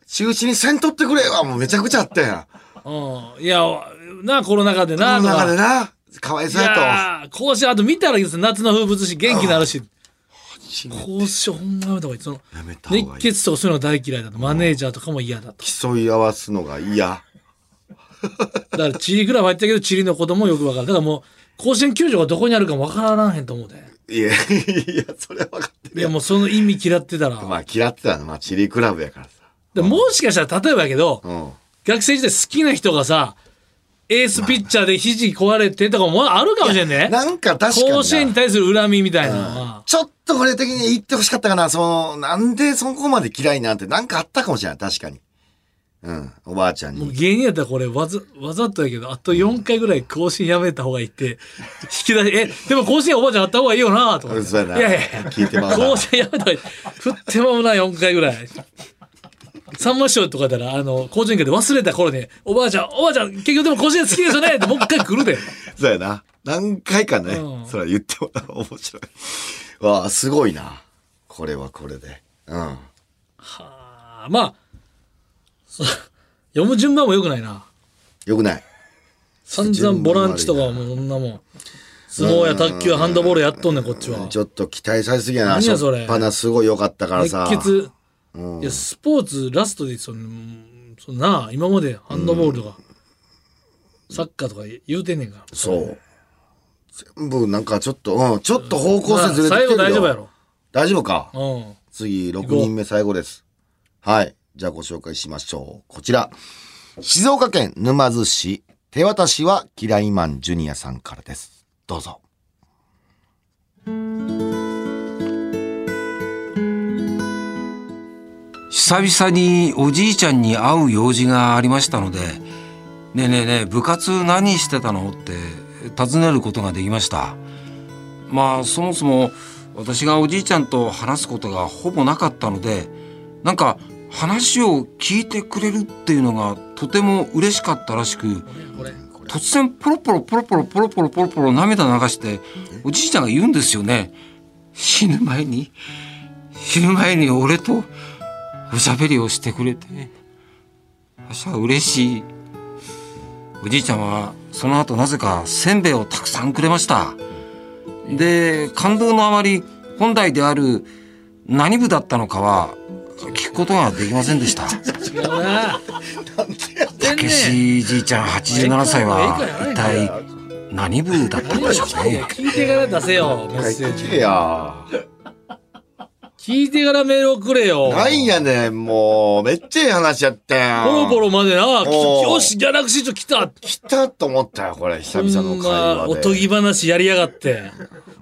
Speaker 4: 中止にせんとってくれはもうめちゃくちゃあったや
Speaker 3: うんいやなコロナ禍で
Speaker 4: ん。こ
Speaker 3: な
Speaker 4: の
Speaker 3: とか
Speaker 4: 中でな、かわいそうや
Speaker 3: いやー甲子園あと見たらいいです夏の風物詩元気になるし
Speaker 4: と。
Speaker 3: 甲子園ほんまやめた方がいいその
Speaker 4: やめた方
Speaker 3: 熱
Speaker 4: がいい。
Speaker 3: 血とかそういうのが大嫌いだとマネージャーとかも嫌だと
Speaker 4: 競い合わすのが嫌。
Speaker 3: だからチリクラブ入ったけどチリのこともよくわかるだからもう甲子園球場がどこにあるかもわからへんと思うで
Speaker 4: いや、いや、それは分かって
Speaker 3: い
Speaker 4: る
Speaker 3: やもうその意味嫌ってたら
Speaker 4: まあ嫌ってたの、まあチリクラブやからさ。
Speaker 3: でもしかしたら例えばやけど
Speaker 4: うん。
Speaker 3: 学生時代好きな人がさエースピッチャーで肘壊れてとかもあるかもしれんね
Speaker 4: なんか確かにな。
Speaker 3: 甲子園に対する恨みみたいなのは
Speaker 4: ちょっとこれ的に言ってほしかったかな。その、なんでそこまで嫌いなんて、なんかあったかもしれない。確かに。うん。おばあちゃん
Speaker 3: もう
Speaker 4: に。
Speaker 3: 芸人やったらこれわざわざとやけどあと4回ぐらい更新やめた方がいいって引き出しえでも更新おばあちゃんあった方がいいよなとか
Speaker 4: うんそうやな。
Speaker 3: いやいやいや
Speaker 4: 聞いてます。
Speaker 3: 更新やめた方がいい振ってまうな4回ぐらいさんま師匠とかだったらあの甲子園会で忘れた頃に「おばあちゃんおばあちゃん結局でも甲子園好きですよね」ってもう一回来るで
Speaker 4: そうやな。何回かね、
Speaker 3: うん
Speaker 4: それは言ってもらう面白い。わあ、すごいな。これはこれで。うん。
Speaker 3: あーまあそ読む順番もよくないな
Speaker 4: よくない。
Speaker 3: 散々ボランチとかはもうそんなもん相撲や卓球やハンドボールやっとんねんこっちは
Speaker 4: ちょっと期待されすぎやな。
Speaker 3: 何やそれ
Speaker 4: 初っ端すごい良かったからさ。
Speaker 3: 熱血、いやスポーツラストでそのうんそんな今までハンドボールとか、サッカーとか言うてんねんから
Speaker 4: そう。全部なんかちょっと、うん、ちょっと方向性ずれてきて
Speaker 3: 最
Speaker 4: るよ。
Speaker 3: 後大丈夫やろ
Speaker 4: 大丈夫か。
Speaker 3: うん
Speaker 4: 次、6人目最後です。はい。じゃあご紹介しましょう。こちら。静岡県沼津市、手渡しはキライマンジュニアさんからです。どうぞ。
Speaker 2: 久々におじいちゃんに会う用事がありましたので「ねえねえねえ部活何してたの?」って尋ねることができましたまあそもそも私がおじいちゃんと話すことがほぼなかったのでなんか話を聞いてくれるっていうのがとても嬉しかったらしく
Speaker 3: これ
Speaker 2: 突然ポロポロポロポロポロポロポロポロ涙流しておじいちゃんが言うんですよね死ぬ前に死ぬ前に俺とおしゃべりをしてくれて私は嬉しいおじいちゃんはその後なぜかせんべいをたくさんくれましたで感動のあまり本来である何部だったのかは聞くことができませんでした
Speaker 3: 違うな。
Speaker 2: たけしじいちゃん87歳は一体何部だったんでしょうね
Speaker 3: 聞いてから出せよ、メッセージ。
Speaker 4: 聞けや。
Speaker 3: 聞いてからメールをくれよ。
Speaker 4: なんやねん、もう、めっちゃいい話やったやん。
Speaker 3: ボロボロまでな、き
Speaker 4: おう
Speaker 3: よし、ギャラクシー賞来た。
Speaker 4: 来たと思ったよ、これ、久々の会話
Speaker 3: お
Speaker 4: で。
Speaker 3: とぎ話やりやがって。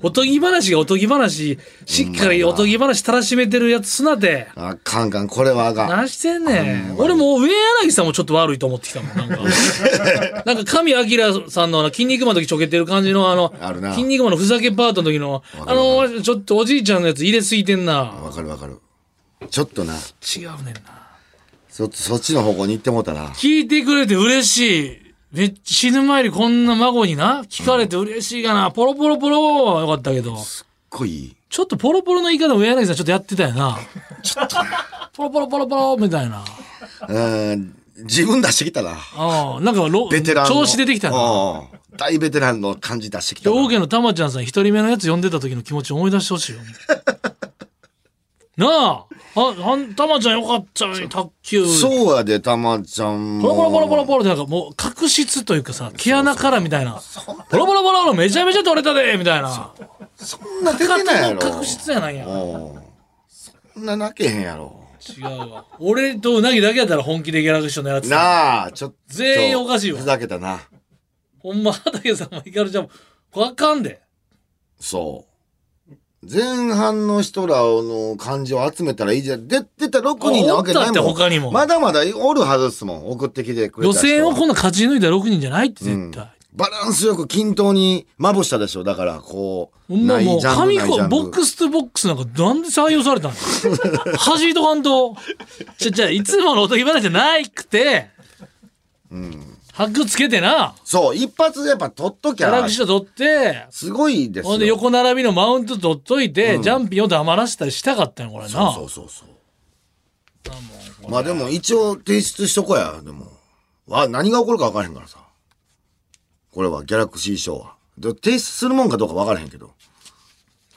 Speaker 3: おとぎ話がおとぎ話、しっかりおとぎ話たらしめてるやつすなて。
Speaker 4: あかんかん、これはあかん。
Speaker 3: 何してんねん。俺もう上柳さんもちょっと悪いと思ってきたもん。なん か、なんか神明さんのあの筋肉マンの時ちょけてる感じのあの
Speaker 4: あるな、
Speaker 3: 筋肉マンのふざけパートの時の、あの、ちょっとおじいちゃんのやつ入れすぎてんな。
Speaker 4: わかるわかる。ちょっとな、
Speaker 3: 違うねんな。
Speaker 4: そ、そっちの方向に行ってもうたな。
Speaker 3: 聞いてくれて嬉しい。めっちゃ死ぬ前にこんな孫にな、聞かれて嬉しいかな。ポロポロポロはよかったけど。
Speaker 4: こい。
Speaker 3: ちょっとポロポロの言い方も上柳さんちょっとやってたよ な。ポロポロポロポロみたいな。
Speaker 4: うん、自分出してきたな。
Speaker 3: ああ、なんかロ
Speaker 4: ベテランの。
Speaker 3: 調子出てきたな。
Speaker 4: うん大ベテランの感じ出してきたな。
Speaker 3: 道家のたまちゃんさん一人目のやつ呼んでた時の気持ち思い出してほしいよ。なあ、あ、あんたまちゃんよかったのに卓球。
Speaker 4: そうやで、たまちゃん
Speaker 3: ポ
Speaker 4: も。
Speaker 3: ロポロポロポロポロってなんかもう角質というかさ、毛穴からみたいな。ポロポロポロポロめちゃめちゃ取れたでみたいな。
Speaker 4: そんな出てないやろ。
Speaker 3: 角質やないや。
Speaker 4: うんそんな泣けへんやろ。
Speaker 3: 違うわ。俺とうなぎだけやったら本気でギャラクションのやつ。
Speaker 4: なあ、ちょっと。
Speaker 3: 全員おかしいわ
Speaker 4: ふざけたな。
Speaker 3: ほんま、畑さんもヒカルちゃんも、わかんで。
Speaker 4: そう。前半の人らの感じを集めたらいいじゃん。で、出た6人なわけない
Speaker 3: おった
Speaker 4: も
Speaker 3: っ
Speaker 4: ん。
Speaker 3: て他にも
Speaker 4: まだまだおるはずですもん。送ってきてくれ
Speaker 3: 予
Speaker 4: た人は
Speaker 3: 選をこんな勝ち抜いたら6人じゃないって絶対。
Speaker 4: バランスよく均等にまぶしたでしょ。だから、こう。
Speaker 3: ほんま
Speaker 4: ない
Speaker 3: もう、
Speaker 4: ジャンル
Speaker 3: 紙
Speaker 4: ないジャ
Speaker 3: 子、
Speaker 4: ンル
Speaker 3: ボックスとボックスなんかなんで採用されたの 恥とかんと。じゃ、じゃあいつものおとぎ話じゃないくて、ハックつけてな、
Speaker 4: そう、一発でやっぱ取っとき
Speaker 3: ギャラ
Speaker 4: ゃ
Speaker 3: ク、シーを取って、
Speaker 4: すごいですよ。
Speaker 3: ほんで横並びのマウント取っといて、ジャンピンを黙らせたりしたかったんよ、これな。
Speaker 4: そうそうそうそう。まあでも一応提出しとこうや、でも。わ、何が起こるか分からへんからさ。これは、ギャラクシー賞は。で提出するもんかどうか分からへんけど。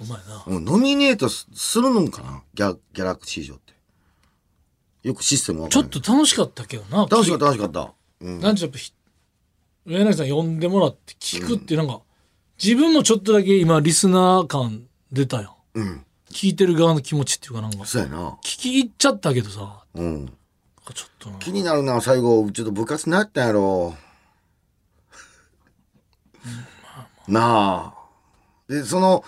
Speaker 3: お前な。
Speaker 4: もうノミネートすするのんかなギャギャラクシー賞って。よくシステム分
Speaker 3: ち
Speaker 4: か
Speaker 3: ょ
Speaker 4: ら
Speaker 3: っ
Speaker 4: ん
Speaker 3: と楽しかったけどな。
Speaker 4: 楽しかった、楽しかった。うん。
Speaker 3: なんちょっとひ上柳さん呼んでもらって聞くってなんか、自分もちょっとだけ今リスナー感出たよ
Speaker 4: うん。
Speaker 3: 聞いてる側の気持ちっていうかなんか聞
Speaker 4: そうやな。
Speaker 3: き入っちゃったけどさなん
Speaker 4: うん。
Speaker 3: かちょっとな
Speaker 4: 気になるな、最後。ちょっと部活なったんやろ。なあ。で、その、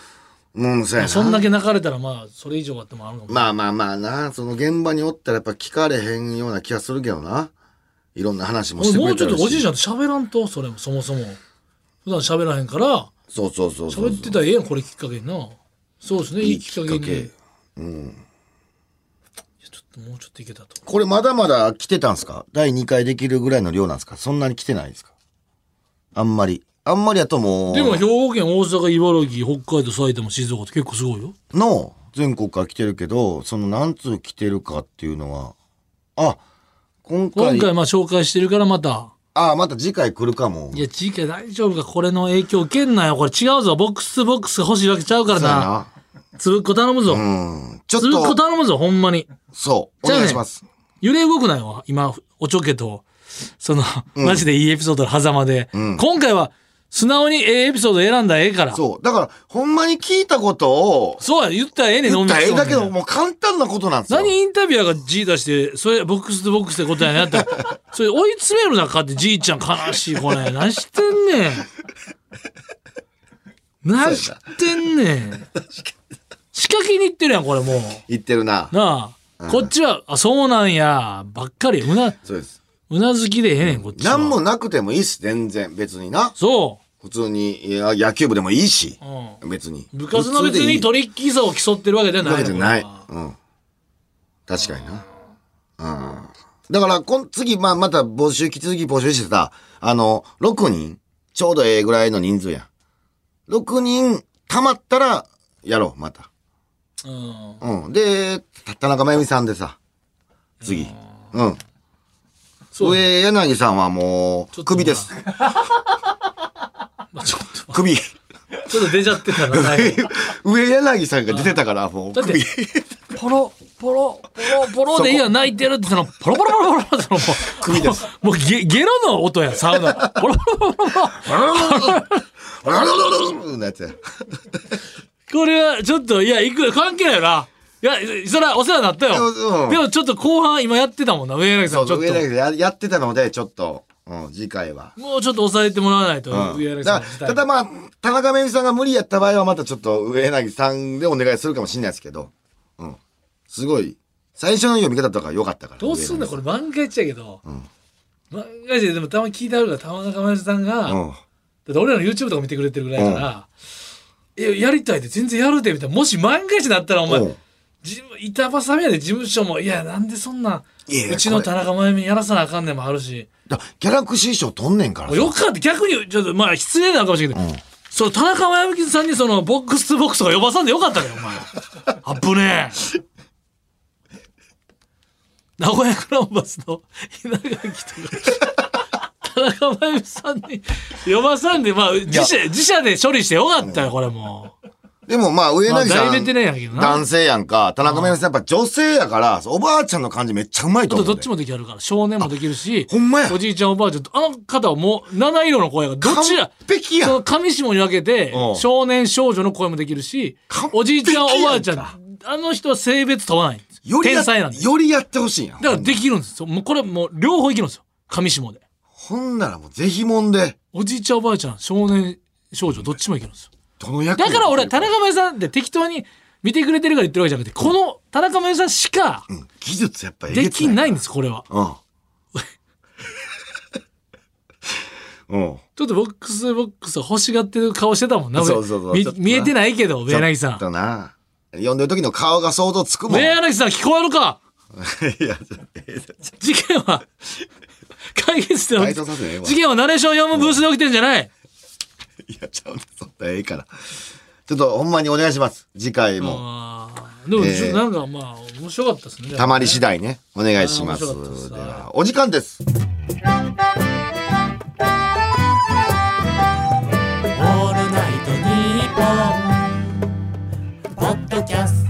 Speaker 4: うん、そうやな。
Speaker 3: そんだけ泣かれたらまあそれ以上はってもあるのかも、
Speaker 4: まあまあまあな、その現場におったらやっぱ聞かれへんような気がするけどな。いろんな話もしてく
Speaker 3: も
Speaker 4: れ
Speaker 3: うち
Speaker 4: て
Speaker 3: ょっ
Speaker 4: るし。
Speaker 3: とおじいちゃんと喋らんとそれもそもそも普段喋らへんから
Speaker 4: そうそうそうそう。
Speaker 3: 喋ってたらええやんこれきっかけになそうですねいいきっか
Speaker 4: い
Speaker 3: けに
Speaker 4: いきっか
Speaker 3: いやちょっともうちょっといけたと
Speaker 4: これまだまだ来てたんすか第2回できるぐらいの量なんですかそんなに来てないですかあんまり。あんまりやともう、
Speaker 3: でも兵庫県大阪茨城北海道埼玉静岡って結構すごいよ
Speaker 4: の全国から来てるけど、その何通来てるかっていうのは、あ、今
Speaker 3: 今
Speaker 4: 回、
Speaker 3: 回まあ紹介してるからまた
Speaker 4: あ、また次回来るかも。
Speaker 3: いや、次回大丈夫かこれの影響受けんなよ。これ違うぞ。ボックスとボックスが欲しいわけちゃうから
Speaker 4: そうや
Speaker 3: な。つぶっこ頼むぞ。
Speaker 4: な。うん。ちょっ、
Speaker 3: つぶっこと頼むぞ、ほんまに。
Speaker 4: そう、お
Speaker 3: じゃあね
Speaker 4: 願いします。
Speaker 3: 揺れ動くなよ。今、おちょけと、その、マジでいいエピソードの狭間で。今回は、素直にええエピソード選んだらええから。そう
Speaker 4: そう。だから、ほんまに聞いたことを、
Speaker 3: や、言ったらええねん、
Speaker 4: 言ったらええだけ
Speaker 3: 飲
Speaker 4: ど、
Speaker 3: みに来てもら
Speaker 4: も
Speaker 3: って
Speaker 4: う簡単なことなんですよ。
Speaker 3: 何インタビュアーが G 出して、それボックスとボックスってことやねんやったら、それ追い詰めるなかってじいちゃん悲しいこれ。何してんねん。何してんねん。仕掛けに行ってるやん、これもう。
Speaker 4: 言ってるな。
Speaker 3: なあ、こっちは、あ、そうなんや、ばっかり。うな、
Speaker 4: そうです。
Speaker 3: うなずきでええねん、こっちは。
Speaker 4: 何もなくてもいいっす、全然。別にな。
Speaker 3: そ
Speaker 4: 普通に、いや野球部でもいいし
Speaker 3: う。。うん。
Speaker 4: 別に。
Speaker 3: 部活の別にト
Speaker 4: り
Speaker 3: リッキーさを競ってるわけじゃない
Speaker 4: わ
Speaker 3: の。
Speaker 4: けじゃない。
Speaker 3: これは
Speaker 4: うん。確かにな。うん。だから、こん次、まあ、また募集、引き続き募集してた、あの、6人、ちょうどええぐらいの人数や。6人、溜まったら、やろう、また。
Speaker 3: うん。
Speaker 4: うん。で、田中真由美さんでさ、次。うん。
Speaker 3: そう
Speaker 4: 上
Speaker 3: ね。
Speaker 4: 柳さんはも
Speaker 3: ち
Speaker 4: う、
Speaker 3: ょっと
Speaker 4: 首です。
Speaker 3: まあちょっ と、
Speaker 4: 首。
Speaker 3: ちょっと出ちゃってたな。だいぶ
Speaker 4: 上柳さんが出てたから、もう
Speaker 3: だって
Speaker 4: 首。
Speaker 3: ポロポロ、ポロ、ポロでいいや、泣いてるって、その、ポロポロポロポロ、その、もう、
Speaker 4: 首です
Speaker 3: もうゲ、ゲロの音や、サウナ。ポロポロポロポロ。
Speaker 4: なやつや
Speaker 3: これは、ちょっと、いや、いく、関係ないよな。いや、それはお世話になった
Speaker 4: うんう
Speaker 3: よ。
Speaker 4: ん
Speaker 3: でも、ちょっと後半、今やってたもんな、上柳さ
Speaker 4: そ
Speaker 3: ん、ちょ
Speaker 4: う
Speaker 3: っ
Speaker 4: 上だけ
Speaker 3: と。
Speaker 4: どややってたのでちょっと、うん、次回は、
Speaker 3: もうちょっと抑えてもらわないと、
Speaker 4: うん、
Speaker 3: 上柳さ
Speaker 4: だ
Speaker 3: ん
Speaker 4: か
Speaker 3: 自
Speaker 4: ら
Speaker 3: 体
Speaker 4: ただまあ田中めぐみさんが無理やった場合はまたちょっと上柳さんでお願いするかもしれないですけど、うん、すごい最初の読み方とか良かったから
Speaker 3: どうすんだ、これ、
Speaker 4: れ
Speaker 3: 漫画やっちゃうけど。漫画やで、でも、たまに聞いてあるから、玉中真由さんが、
Speaker 4: うん
Speaker 3: だって俺らの YouTube とか見てくれてるぐらいやから、えやりたいで全然やるでみたいなもし万が一なったらお前、
Speaker 4: うん
Speaker 3: 事務板挟みやで事務所もいやなんでそんない
Speaker 4: やいや
Speaker 3: うちの田中真由美にやらさなあかんねんもあるし
Speaker 4: だからギャラクシー賞取んねんから
Speaker 3: も
Speaker 4: さ
Speaker 3: うよかった逆にちょっとまあ失礼なのかもしれんけど、その田中真由美さんにそのボックスとボックスとか呼ばさんでよかったねお前あぶねえ名古屋グランパスの稲垣とか田中真由美さんに呼ばさんでまあ自社自社で処理してよかったよこれもう
Speaker 4: でもまあ上柳さ
Speaker 3: まあ大ベテランやけど
Speaker 4: ん、
Speaker 3: な
Speaker 4: 男性やんか田中めぐみさんやっぱ女性やからおばあちゃんの感じめっちゃうまい
Speaker 3: ち
Speaker 4: と
Speaker 3: ょっ
Speaker 4: 思
Speaker 3: と
Speaker 4: う
Speaker 3: ど
Speaker 4: で
Speaker 3: っちもできるから少年もできるし
Speaker 4: ほんまや
Speaker 3: おじいちゃんおばあちゃんとあの方はもう七色の声がどちら
Speaker 4: 完璧やん
Speaker 3: その上下に分けて
Speaker 4: うん
Speaker 3: 少年少女の声もできるし
Speaker 4: 完璧やんか
Speaker 3: おじいちゃんおばあちゃんあの人は性別問わないんです
Speaker 4: よりや
Speaker 3: 天才なんです
Speaker 4: よりやってほしいやん
Speaker 3: だからできるんですよもうこれもう両方いけるんですよ上下で
Speaker 4: ほんならもうぜひもんで
Speaker 3: おじいちゃんおばあちゃん少年少女どっちもいけるんですよ
Speaker 4: どの役
Speaker 3: だから 俺は田中真由さんって適当に見てくれてるから言ってるわけじゃなくてこの田中真由さんしか
Speaker 4: うん技術やっぱえげつ
Speaker 3: できないんですこれは
Speaker 4: うん。うん。
Speaker 3: ちょっとボックスボックス欲しがってる顔してたもんな。俺
Speaker 4: そうそうそう
Speaker 3: み
Speaker 4: ちょっとな
Speaker 3: 見えてないけど、上柳さ
Speaker 4: ちょっと
Speaker 3: ん。
Speaker 4: な。読んでる時の顔が想像つくもん。い
Speaker 3: 上
Speaker 4: や、
Speaker 3: 柳さん聞こえるか
Speaker 4: ちょっとええ
Speaker 3: 事件は解決して
Speaker 4: バ
Speaker 3: 起
Speaker 4: イ
Speaker 3: き
Speaker 4: トさせねえわ
Speaker 3: 事件はナレーション読むブースで起きてんじゃない
Speaker 4: いや、 ちゃうねんそんなええから。ちょっとほんまにお願いします。次回も。
Speaker 3: あーでも、
Speaker 4: えー
Speaker 3: なんかまあ面白かったですね。
Speaker 4: たまり次第ね。お願いします。
Speaker 3: あ
Speaker 4: で
Speaker 3: ー面白かったです
Speaker 4: は、お時間です。
Speaker 5: オールナイトニッポン」ポッドキャスト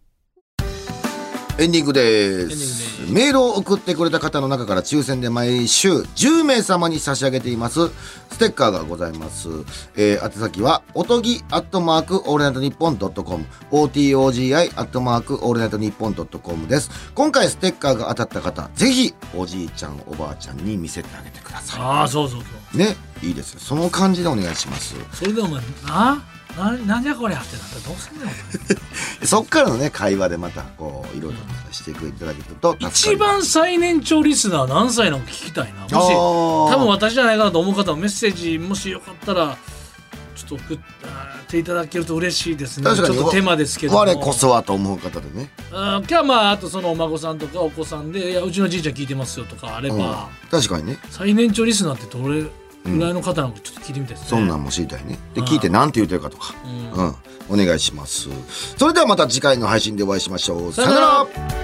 Speaker 4: エンディングです。メールを送ってくれた方の中から抽選で毎週10名様に差し上げています。ステッカーがございます。えー、宛先は、おとぎ、アットマーク、オールナイトニッポンドットコム、OTOGI、アットマーク、オールナイトニッポンドットコムです。今回ステッカーが当たった方、ぜひ、おじいちゃん、おばあちゃんに見せてあげてくださ
Speaker 3: ああ、そうそうそう。
Speaker 4: い。ね、いいですよ。その感じでお願いします。
Speaker 3: それでお前、な、な、なんじゃこりゃってなったらどうすんねん。
Speaker 4: そっからのね、会話でまた、こう、いろいろとしていただけると助かります、
Speaker 3: 一番最年長リスナー何歳なのか聞きたいな。もし、
Speaker 4: あー
Speaker 3: 多分私じゃないかなと思う方はメッセージ、もしよかったら、ちょっと送っていただけると嬉しいですね。
Speaker 4: 確かに
Speaker 3: ちょっと手間ですけども。
Speaker 4: 我こそはと思う方でね。
Speaker 3: うん、かまああとそのお孫さんとかお子さんで「いやうちのじいちゃん聞いてますよ」とかあれ
Speaker 4: うん
Speaker 3: ば、
Speaker 4: 確かにね。
Speaker 3: 最年長リスナーってどれぐらいの方なのかちょっと聞いてみたいですね。
Speaker 4: そんなんも知りたいね。で、
Speaker 3: うん
Speaker 4: 聞いて何て言ってるかとか。うん。お願いします。それではまた次回の配信でお会いしましょう。さよなら